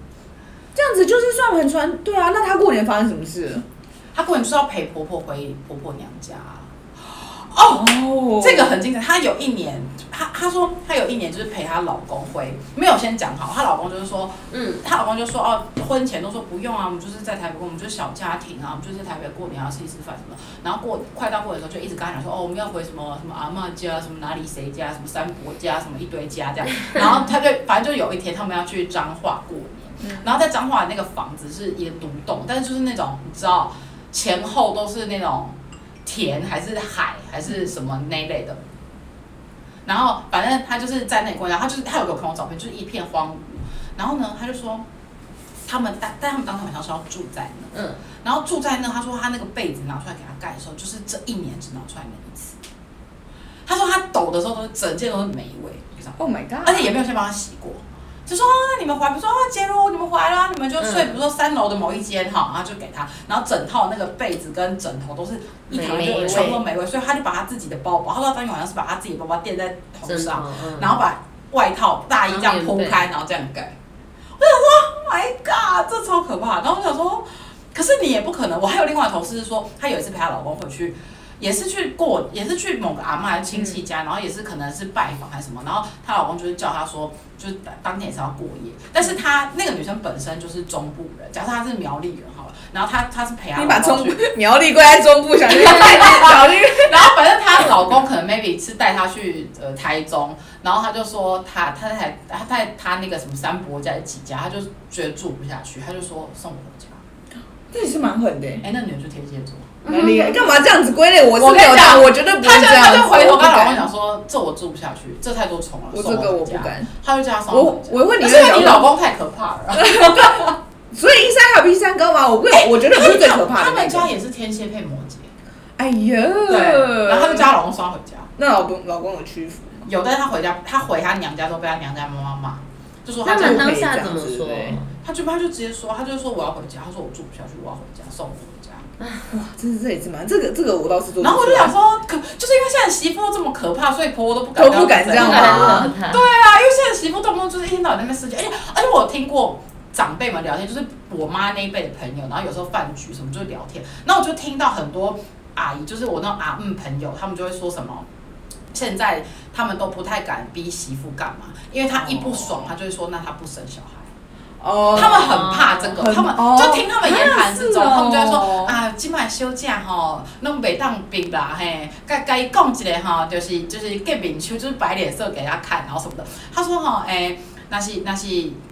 这样子，就是算很传对啊。那他过年发生什么事了？她过年就是要陪婆婆回婆婆娘家啊、哦这个很精彩。她有一年，她她说她有一年就是陪她老公回，没有先讲好，她老公就是说，嗯，她老公就说哦，婚前都说不用啊，我们就是在台北过，我们就是小家庭啊，我们就是在台北过年啊，吃一吃饭什么的。然后过快到过年的时候，就一直跟她讲说哦，我们要回什么什么阿嬷家，什么哪里谁家，什么三伯家，什么一堆家这样。然后她就反正就有一天他们要去彰化过年，然后在彰化的那个房子是一个独栋，但是就是那种你知道前后都是那种田还是海还是什么那一类的。然后反正他就是在那里过年，然后他就是他有个朋友照片，就是一片荒芜。然后呢，他就说他们但但他们当天晚上是要住在那，嗯，然后住在那，他说他那个被子拿出来给他盖的时候，就是这一年只拿出来那一次。他说他抖的时候都是整件都是霉味，就这样 Oh my 嗯 god！而且也没有先帮他洗过。就说、哦、那你们回来，比如说哦，杰如你们回来啦，你们就睡，嗯比如说三楼的某一间哈，然后就给他，然后整套那个被子跟枕头都是一躺霉就味全部都霉味，所以他就把他自己的包包，他说他当天晚上是把他自己的包包垫在头真的上，哦，嗯然后把外套大衣这样铺开，嗯然后这样盖。我想说，Oh my god，这超可怕。然后我想说，可是你也不可能。我还有另外的同事是说，她有一次陪她老公回去，也是去过，也是去某个阿嬷还是亲戚嗯家，然后也是可能是拜访还是什么，然后她老公就是叫她说，就是当天也是要过夜。但是她那个女生本身就是中部人，假设她是苗栗人好了，然后她她是陪她你把老公中去。苗栗归在中部，想去小绿， 然后反正她老公可能 maybe 是带她去呃台中，然后她就说她她在她在她那个什么三伯家还是几家，她就觉得住不下去，她就说送我回家。这也是蛮狠的欸。哎、那女的就天蝎座，蛮厉嗯害，干嘛这样子归类？我是我跟没有你讲到，我绝对不她会就这样她子。就回头我不跟她老公敢，讲说，这我住不下去，这太多虫了，我送这个我回不家。敢。她就叫他上我我问你那是因为那个你老老公太可怕了。所以一山还有比一山高吗？我不， 我觉得不是最 可怕哎他的那们家个。也是天蝎配摩羯，哎呀，对，然后他就叫她老公送她回家。那老公老公有屈服，有，但是她回家，她回她娘家都被她娘家妈妈骂，就说她他这样们不可以当这下样怎么子。说？她就她就直接说，她就说我要回家，她说我住不下去，我要回家，送我回家。真是这也是蛮这个这个我倒是做不出来。然后我就想说，可就是因为现在媳妇都这么可怕，所以婆婆都不敢都不敢这样不子敢吗惹他。对，对啊，因为现在媳妇动不动就是一天到晚在那边生气，而且而且我有听过长辈们聊天，就是我妈那一辈的朋友，然后有时候饭局什么就聊天，然后我就听到很多阿姨，就是我那种阿嗯朋友，他们就会说什么。现在他们都不太敢逼媳妇干嘛，因为她一不爽，她就会说那她不生小孩。哦，他们很怕这个，很他们哦就听他们言谈之中，啊是哦他们就会说啊，今晚休假吼，弄袂当兵啦嘿，该该讲一下吼，就是就是隔面秋，就是摆脸色给他看，然后什么的。他说吼，诶、那是那是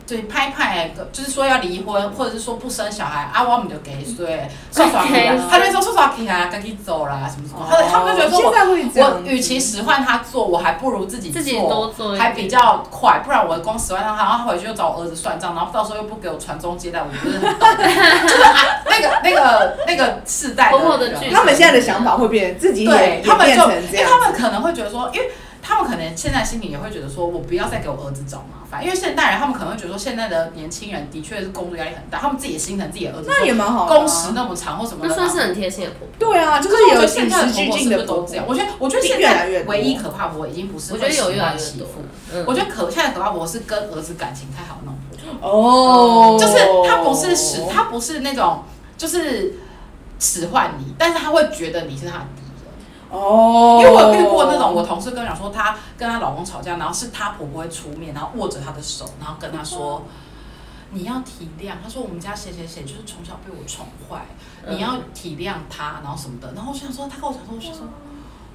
就是拍拍，就是说要离婚，或者是说不生小孩啊，我们就给嗯谁，算耍起来给，他就会说算耍起来，赶紧走啦什么什么哦，他们他们就觉得说现我在会这我样子，与其使唤他做，我还不如自己自己多做一还点比较快，不然我光使唤他，然后他回去又找我儿子算账，然后到时候又不给我传宗接代，我不是很懂。 就是啊那个那个那个世代婆婆的人剧他们现在的想法会变，自己也对也他们变就成这因为样他。们可能会觉得说，因为他们可能现在心里也会觉得说，我不要再给我儿子找麻烦，因为现代人他们可能会觉得说，现在的年轻人的确是工作压力很大，他们自己也心疼自己的儿子，那也蛮好的啊，工时那么长或什么那的算嘛。是很贴心的婆婆。对啊，就可是我觉有得与现在的时婆俱婆是进不的是都这样？我觉得，我觉得越现在来越多唯一可怕婆婆已经不是我会觉得有喜越来欢越媳多妇，。嗯我觉得可现在可怕婆婆是跟儿子感情太好那种婆婆，哦，就是她不是使她不是那种就是使唤你，但是她会觉得你是她的敌人。哦，因为我有遇过那种，我同事跟我讲说，她跟她老公吵架，然后是她婆婆会出面，然后握着她的手，然后跟她说。你要体谅，她说我们家谁谁谁就是从小被我宠坏，嗯你要体谅她，然后什么的。然后我想说，她跟我讲说，我想说，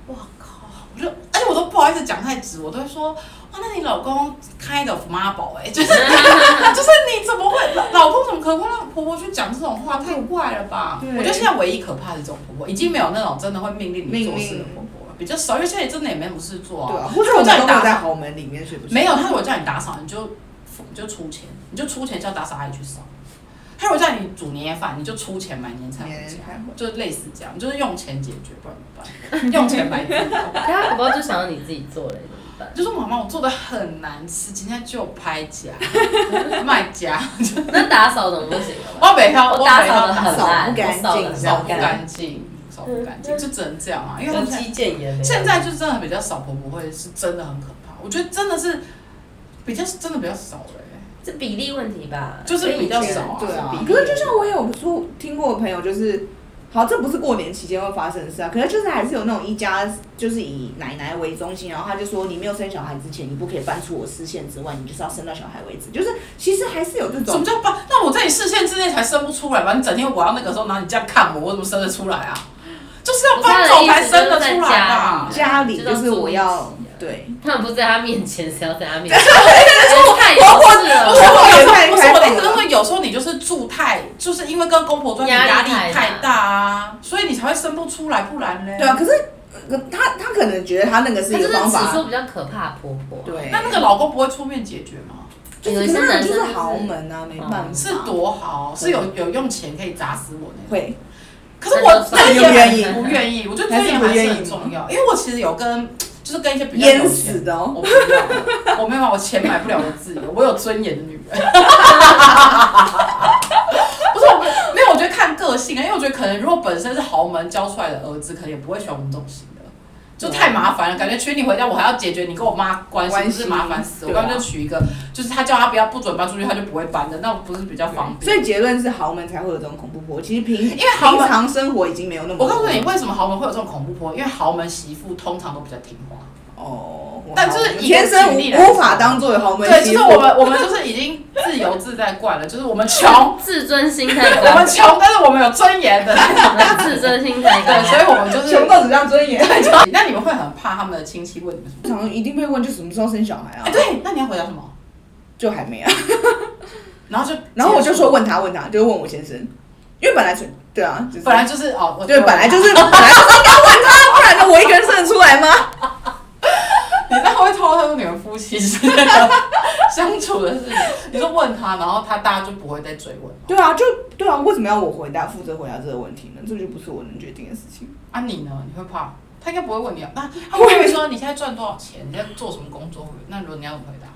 哇靠！我就而且我都不好意思讲太直，我都会说，哇，那你老公 kind of 妈宝 哎，就是 就是你怎么会老老公怎么可能会让婆婆去讲这种话？太怪了吧！对我觉得现在唯一可怕的这种婆婆，已经没有那种真的会命令你做事的婆婆了，比较少，因为现在真的也没什么事做对啊。啊，或者如我果们叫都你没打有在扫，豪门里面，是不是？没有，他如果叫你打扫，你就你就出钱，你就出钱叫打扫阿姨去扫。他如果叫你煮年夜饭，你就出钱买年菜回年家夜菜，就类似这样，就是用钱解决，不然怎么办？ 用钱买自己痛。可她婆婆就想要你自己做嘞，怎么 办？就说妈妈，我做的很难吃，今天就拍假卖假，那打扫怎么不行啊了吧？我北漂，我我打北扫的漂很扫烂，不干我扫得净很扫扫不干干净，扫不干净，就只能这样啊，因为他无们现在鸡见也没有。现在就真的比较少婆婆会，是真的很可怕。我觉得真的是比较真的比较少了欸这比例问题吧，就是比较少啊对啊是，比可是就像我有说听过的朋友，就是好，这不是过年期间会发生的事啊，可是就是还是有那种一家就是以奶奶为中心，然后他就说你没有生小孩之前，你不可以搬出我视线之外，你就是要生到小孩为止，就是其实还是有这什么种。叫爸？那我在你视线之内才生不出来吧？你整天我要那个时候，然后你这样看我，我怎么生得出来啊？就是要搬走才生得出来吧？家里就是我知道要注意啊对，他们不在他面前，谁要在他面啊前？我太幼稚不了是吧。我有时候不是我的意思，就是说有时候你就是住太，就是因为跟公婆住压力压力太大太大啊，所以你才会生不出来，不然呢？对啊，可是呃他他可能觉得他那个是她一就个是方指数法，比较可怕的婆婆。，啊对，那那个老公不会出面解决吗？就是有一可些是那男个生就就是是豪门啊，没办法，是多好，是有有用钱可以砸死我那种。会可是我那这你一就点愿意不愿意，我觉得这一点还是很重要，因为我其实有跟就是跟一些比较有淹死钱，的哦。我不要，我没有办法，我钱买不了我自由，我有尊严的女人。 不是我，没有，我觉得看个性啊，因为我觉得可能如果本身是豪门教出来的儿子，可能也不会喜欢我们这种型的，就太麻烦了，感觉娶你回家我还要解决你跟我妈关系，啊关不系是麻烦死我。对啊干脆就娶一个，就是他叫他不要不准搬出去，他就不会搬的，那不是比较方便？所以结论是豪门才会有这种恐怖婆，其实平因为豪门平常生活已经没有那么。我告诉你，，为什么豪门会有这种恐怖婆？因为豪门媳妇通常都比较听话。哦，我但就是我以天生举例来无说无法当做豪门对，媳就是妇我们我们就是已经自由自在惯了，就是我们穷， 自尊心太我高们，穷，但是我们有尊严的，自尊心太对，所以高。我们就是穷。到只让尊严。 那你们会很怕他们的亲戚问你们什么？常常一定被问，就什么时候生小孩啊哎，？对，那你要回答什么？就还没啊。然后就，然后我就说，问他问他，就是问我先生，因为本来就对啊，就是本来就是哦，我对，本来就是本来就是应该问他，不然呢我一个人生得出来吗？你 那会透露你们夫妻之间的相处的事情，你就问他，然后他大家就不会再追问 对啊，就对啊，为什么要我回答负责回答这个问题呢？这就不是我能决定的事情。啊。你呢？你会怕？他应该不会问你啊。那他会不会说你现在赚多少钱？你在做什么工作？那如果你要怎么回答？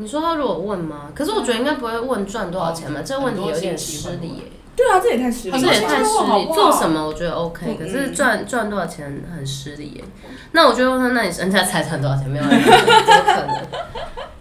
你说他如果问吗？可是我觉得应该不会问赚多少钱吧，嗯这个问题有点失很多礼信息耶、对啊，这也太失很礼这多也信息了。太失问好礼。不好做什么我觉得 OK，嗯可是赚赚多少钱很失礼耶、那我就问他，那你人家才赚多少钱？ 没有，怎么可能？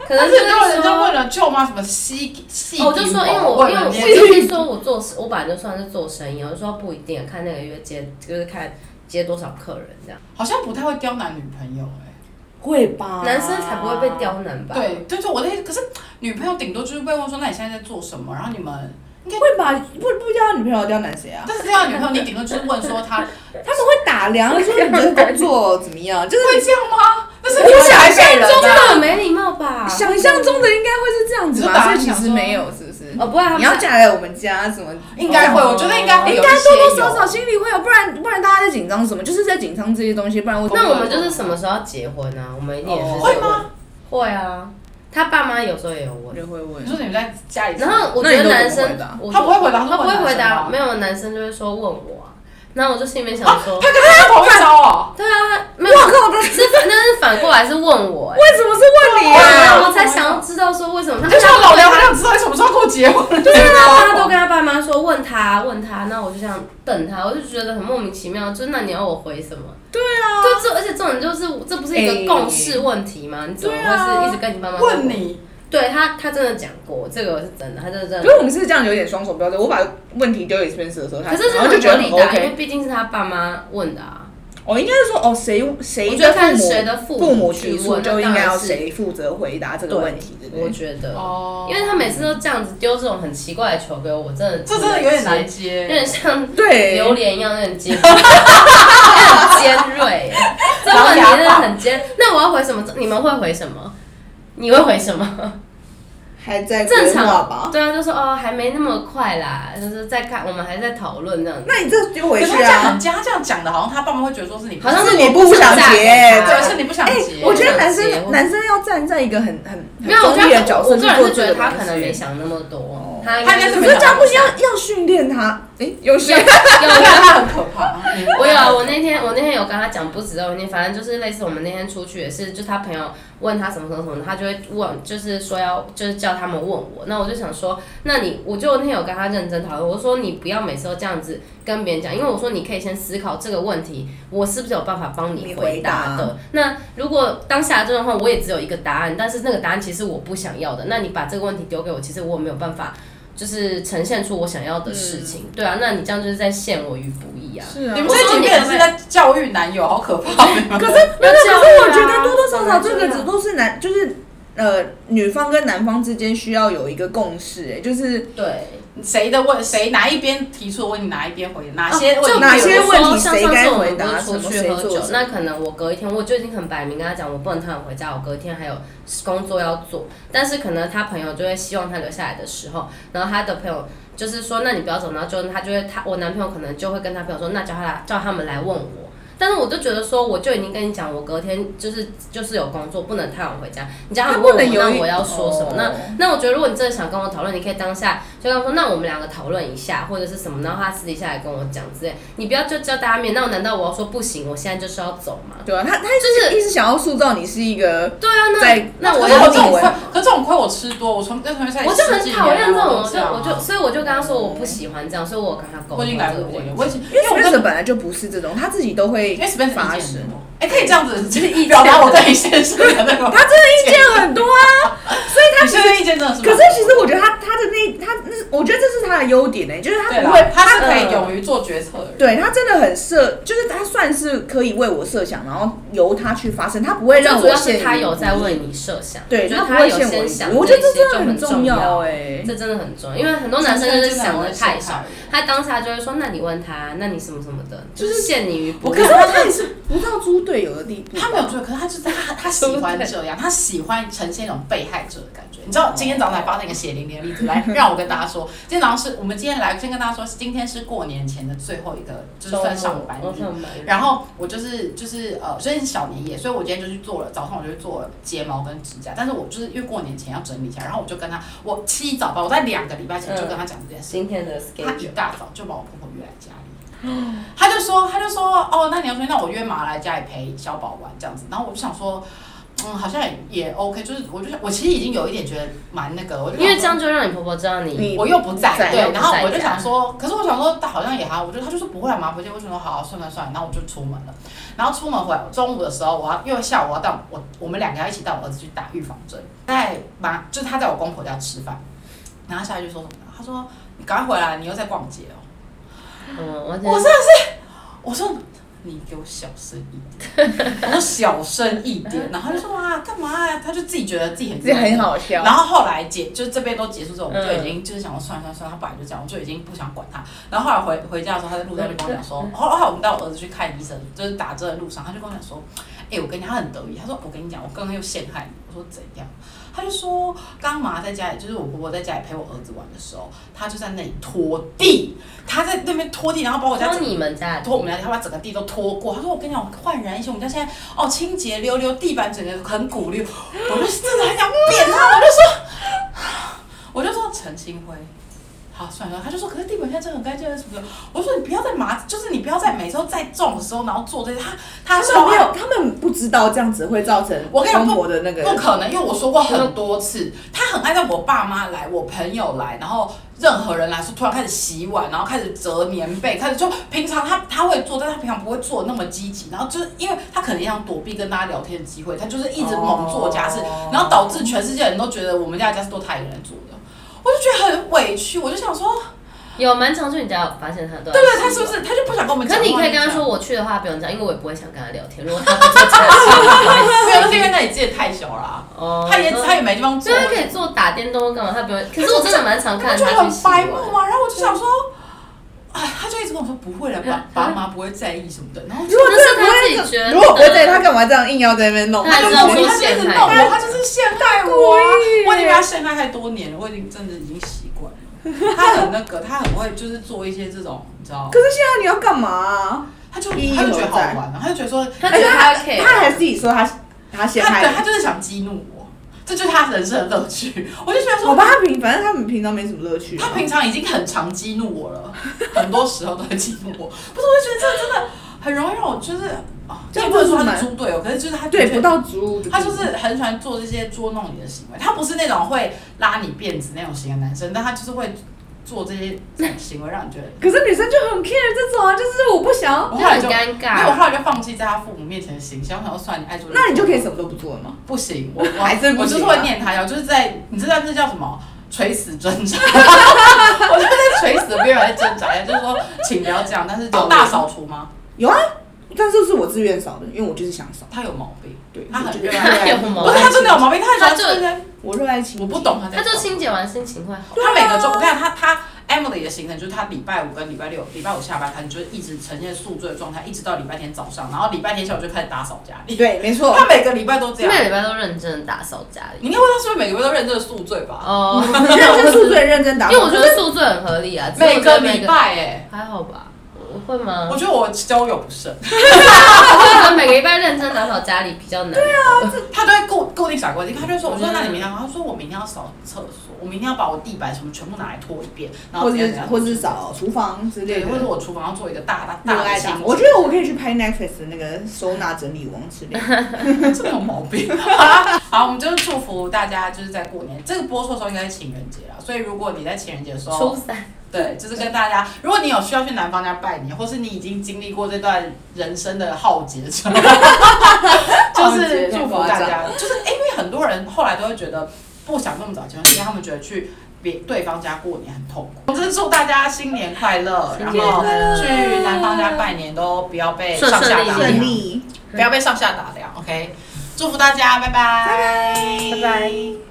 可能而就且如果是人家说问。了舅妈什么西西，哦我就说，因为我问因为了我你我就是说我做我本来就算是做生意，我就说不一定看那个月接，就是看接多少客人这样，好像不太会刁难女朋友哎、会吧？男生才不会被。刁难吧？，对对对，我的意思可是女朋友顶多就是被问说，那你现在在做什么？然后你们，会吧？不不知道女朋友刁难谁啊？但是这样的女朋友，你顶多就是问说她他们会打量，说你的工作怎么样？就是会这样吗？那是我想骗象中这样很没礼貌吧？想象中的应该会是这样子你就打吧？所算以其想实说没有，是不是？哦，不会，他们你要是嫁来我们家什么？应该会，哦我哎觉得应该会应有该一些多多少有少心里会有，不然不然大家在紧张什么？就是在紧张这些东西，不然我那我们就是什么时候要结婚啊？我们一定也是、哦会？吗？会啊，他爸妈有时候也有问。啊就会问你说你们在家里，然后我觉得男生那你都怎么回答，我他不会回答他不会他问回男生答，吗没有男生就会说问我啊。然后我就心里面想啊，说，他跟他同一招哦，对啊，没有，靠，为是反那是反过来是问我、欸，什么是问你啊我才想要知道说为什么他就像他老梁，他想知道你什么时候跟我结婚，对啊，他都跟他爸妈说问他问他，那我就想等他，我就觉得很莫名其妙，就是那你要我回什么？对啊，就这，而且重点就是这不是一哎个共识问题吗？你怎么对啊会是一直跟你爸妈问？你，对他，他真的讲过，这个我是真的，他真的真可是的。我们是这样有点双重标准。我把问题丢给 Spencer 的时候，他可是这然后就很觉合得很理的啊，因为 OK。毕竟是他爸妈问的啊。哦，应该是说哦，谁谁我觉得的看父母谁的父母父母去提出，问那就应当该然要是谁负责回答这个问题，对不我对？觉得，哦因为他每次都这样子丢这种很奇怪的球给我，我真的这真的有点难，有接，点像对，榴莲一样，有 点尖，很尖锐。这问题真的很尖。那我要回什么？你们会回什么？你会回什么？还在正规划常吧。对啊，就说哦，还没那么快啦，就是在看，我们还在讨论这样子。那你这丢可回是他去这样很啊，加这样讲的，好像他爸妈会觉得说是你，好像是是你我不不想想嫁结给，他对，是你不想哎结，，我觉得男不生想结男生要站在一个很很很没有，我中立的觉角得色我去个人做是觉这得个他东可能没西。想那么多哦，他他应该是可没是想这样不行，要要训练他。哎，有训有有练我 有觉得他很可怕。 我有啊，我那天我那天有跟他讲不止哦，那天反正就是类似我们那天出去也是，就他朋友问他什么什么什么，他就会问，就是说要就是叫他们问我，那我就想说，那你我就那天有跟他认真讨论，我说你不要每次都这样子跟别人讲，因为我说你可以先思考这个问题，我是不是有办法帮你你回回答答的？那如果当下这段话我也只有一个答案，但是那个答案其实我不想要的，那你把这个问题丢给我，其实我没有办法。就是呈现出我想要的事情，对啊，那你这样就是在陷我于不义啊。是你们这几个人是在教育男友，好可怕！可是没有，有教可是我育啊觉得多多少少这本来个就只要都是男，就是呃女方跟男方之间需要有一个共识、哎，就是对，谁的问谁哪一边提出的问题，哪一边回，哪些问啊题哪就些比如啊问题说像谁上次该我回们不答是什么出谁去喝做酒什么，那可能我隔一天我就已经很摆明跟他讲，我不能太晚回家，我隔一天还有工作要做。但是可能他朋友就会希望他留下来的时候，然后他的朋友就是说，那你不要走，然后就他就会他我男朋友可能就会跟他朋友说，那叫他来叫他们来问我。但是我就觉得说，我就已经跟你讲，我隔天就是就是有工作，不能太晚回家。你叫他们不问能我，有一那我要说什么？那哦那我觉得，如果你真的想跟我讨论，你可以当下就跟他说，那我们两个讨论一下，或者是什么，然后他私底下来跟我讲之类。你不要就叫大家面，那我难道我要说不行？我现在就是要走吗？对啊，他他就是一直想要塑造你是一个对啊，在那那我可是要我自这己种问亏，可是这种亏我吃多，我从在同学赛里我就很十几年讨厌这了我种，我都就这样啊我就所以我就跟他说我不喜欢这样，所以我有跟他沟我通已这经来不个及了问。我题。已经因因为为我 s 真 p 的本来就不是这种，他自己都会因为 Spencer 发意生见很多，哎，可以这样子就是意表达我对你先生的那 个，他真的意见很多啊，所以他你其先实。生意见真的是蛮可多的，是其实我觉得他他的那他那我觉得这是他的优点呢、哎就是他对不啦会，他是可以嗯勇于做决策的人，对他真的很设，就是他算是可以为我设想，然后由他去发生，他不会让最我主要陷是于他有在为你设想，对，就是他不他会有陷先于想，我觉得这些真的就很重要哎、这真的很重要，因为很多男生就是想的太少，真的他当下就会说，那你问他，那你什么什么的，就就是是陷你于不我义可。是他他也是不到猪队友的地步，他没有做，可是他就是他，他喜欢这样，他喜哦欢呈现一种被害者的感觉。你知道今天早上才发生一个血淋淋的例子，来让我跟大家说，今天早上上是我们今天来先跟大家说，今天是过年前的最后一个，就是算上班我日。哦上班日，然后我就是就是呃，所以是小年夜，所以我今天就去做了，早上我就去做了睫毛跟指甲，但是我就是因为过年前要整理一下，然后我就跟他，我七早吧，我在两个礼拜前就跟他讲这件事，今天的他一 schedule 大早就把我婆婆约来家里，他就说他就说哦，那你要说那我约马来家里陪小宝玩这样子，然后我就想说。嗯，好像也也 OK，就是我就想我其实已经有一点觉得蛮那个，我就因为想这说样就让你婆婆知道你。你我又不在，在又对，不然后在我就家想说，可是我想说，好像也还好，我就他就说不会嘛，不见，我就说好、算了算了，然后我就出门了。然后出门回来，中午的时候，我要因为下午我要带我我们两个要一起带我儿子去打预防针，在妈就是他在我公婆家吃饭，然后下来就说什么呢？他说你赶快回来，你又在逛街哦。嗯，完全我真的是，我说你给我小声一点，我说小声一点，然后他就说啊干嘛呀、他就自己觉得自己很这很好笑然。后后来结就是这边都结束之后，我们就嗯已经就是想说算了算了算了，他本来就这样，我就已经不想管他。然后后来回回家的时候，他在路上就跟我讲说，哦后后来我们带我儿子去看医生，就是打针的路上，他就跟我讲说，哎、我跟你他很得意，他说我跟你讲，我刚刚又陷害你。我说怎样？他就说刚妈在家里，就是我婆婆在家里陪我儿子玩的时候，他就在那里拖地，他在那边拖地，然后把我家说整个你们家的拖我们家，他把整个地都拖过。他说：“我跟你讲，我焕然一新，我们家现在哦清洁溜溜，地板整个很鼓溜。”我就真的很想扁他，我就说，我就说陈清辉。好，算了，他就说，可是地板现在真的很干净，什么的。我说你不要再麻，就是你不要再每次都在种的时候，然后做这些。他他他说们没有，他们不知道这样子会造成我跟你讲中不国的那个不可能，因为我说过嗯很多次，他很爱在我爸妈来、我朋友来，然后任何人来说，突然开始洗碗，然后开始折棉被，开始就平常他他会做，但他平常不会做得那么积极，然后就是因为他可能想躲避跟大家聊天的机会，他就是一直猛做家事，哦然后导致全世界人都觉得我们家的家事都他一个人做的，我就觉得很委屈，我就想说，有蛮常去你家，我发现他都对不对？他是不？是他就不想跟我们可讲是话？你可以跟他就这说，样。我去的话不用这样，因为我也不会想跟他聊天。如 果他不在家的话，没有，那是因为那里自己太小了啊、哦，他也说他也没地方所坐以。啊他可以做打电动或干嘛，他不用。可是我真的蛮常他看就他很去洗白碗。目啊嘛，然后我就想说，哎，他就一直跟我说不会了， 爸爸妈不会在意什么的，然后我就如果那是真的不会他自己觉得如果不会在意，他干嘛这样硬要在那边弄？他还他知就道故意说他就一直陷弄我，害你他就是陷害我啊故意！我已经被他陷害太多年了，我已经真的已经习惯了。他很那个，他很会就是做一些这种，你知道可，是现在你要干嘛啊？他就意义他就觉得何好在玩啊，他就觉得说，他而觉且得他他 OK，他还自己说他他陷他对害他就是想激怒我，这就是他人生的乐趣。我就觉得 你。我说，吧，他平反正他们平常没什么乐趣啊。他平常已经很常激怒我了，很多时候都会激怒我。不是，我就觉得这真的很容易让我就是啊，这也样不能就是说他蛮是猪队友，可是就是他对的确不到足，他就是很喜欢做这些捉弄你的行为。他不是那种会拉你辫子那种型的男生，但他就是会做这些行为，让你觉得。可是女生就很 care 这种啊，就是我不想。我后来就 那很尴尬因为我后来就放弃在他父母面前的形象，我想说算了你爱做做，那你就可以什么都不做了吗？不行，我我还是不我就是行会啊念他呀，我就是在你知道这叫什么？垂死挣扎， 我就在垂死的边缘在挣扎呀，就是说，请不要这样。但哦是有大扫除吗？有啊，但是是我自愿少的，因为我就是想少。他有毛病，对，他很热热爱，爱，有毛不是他真的有毛病，他很喜欢他就做一些我热爱情。我不懂他在他干嘛。就清洁完心啊情会好。他每个周，我看他他 Emily 的行程就是他礼拜五跟礼拜六，礼拜五下班，他就是一直呈现宿醉的状态，一直到礼拜天早上，然后礼拜天下午就开始打扫家里。对，没错。他每个礼拜都这每样，个礼拜都认真地打扫家里。你应该问他是不是每个月都认真的宿醉吧？哦， 很认真宿醉，认真打因扫。为我觉得宿醉很合理啊，只是我每觉个得礼拜哎、还好吧。我会吗？我觉得我交友不 慎， 我觉得每个礼拜认真打扫家里比较难。对啊，他都会固固定傻瓜，他就说：“我说那你明天嗯干嘛？”他说：“我明天要扫厕所，我明天要把我地板什么全部拿来拖一遍，然后或怎样怎是样或是找厨房之类对，的，或者我厨房要做一个大大热大的爱清打洁。”我觉得我可以去拍 Netflix 的那个收纳整理王之类 的。真的有毛病。好啦 好，我们就是祝福大家，就是在过年这个播出的时候应该是情人节啦，所以如果你在情人节的时初候，三对，就是跟大家，如果你有需要去男方家拜年，或是你已经经历过这段人生的浩劫之后， 就是祝福大家，就是因为很多人后来都会觉得不想那么早结婚，是因为他们觉得去。别对方家过年很痛苦，就是祝大家新年快乐，新年然后快乐去男方家拜年都不要被上顺下顺利打利量顺利，不要被上下打量。OK，祝福大家，拜拜，拜拜拜拜。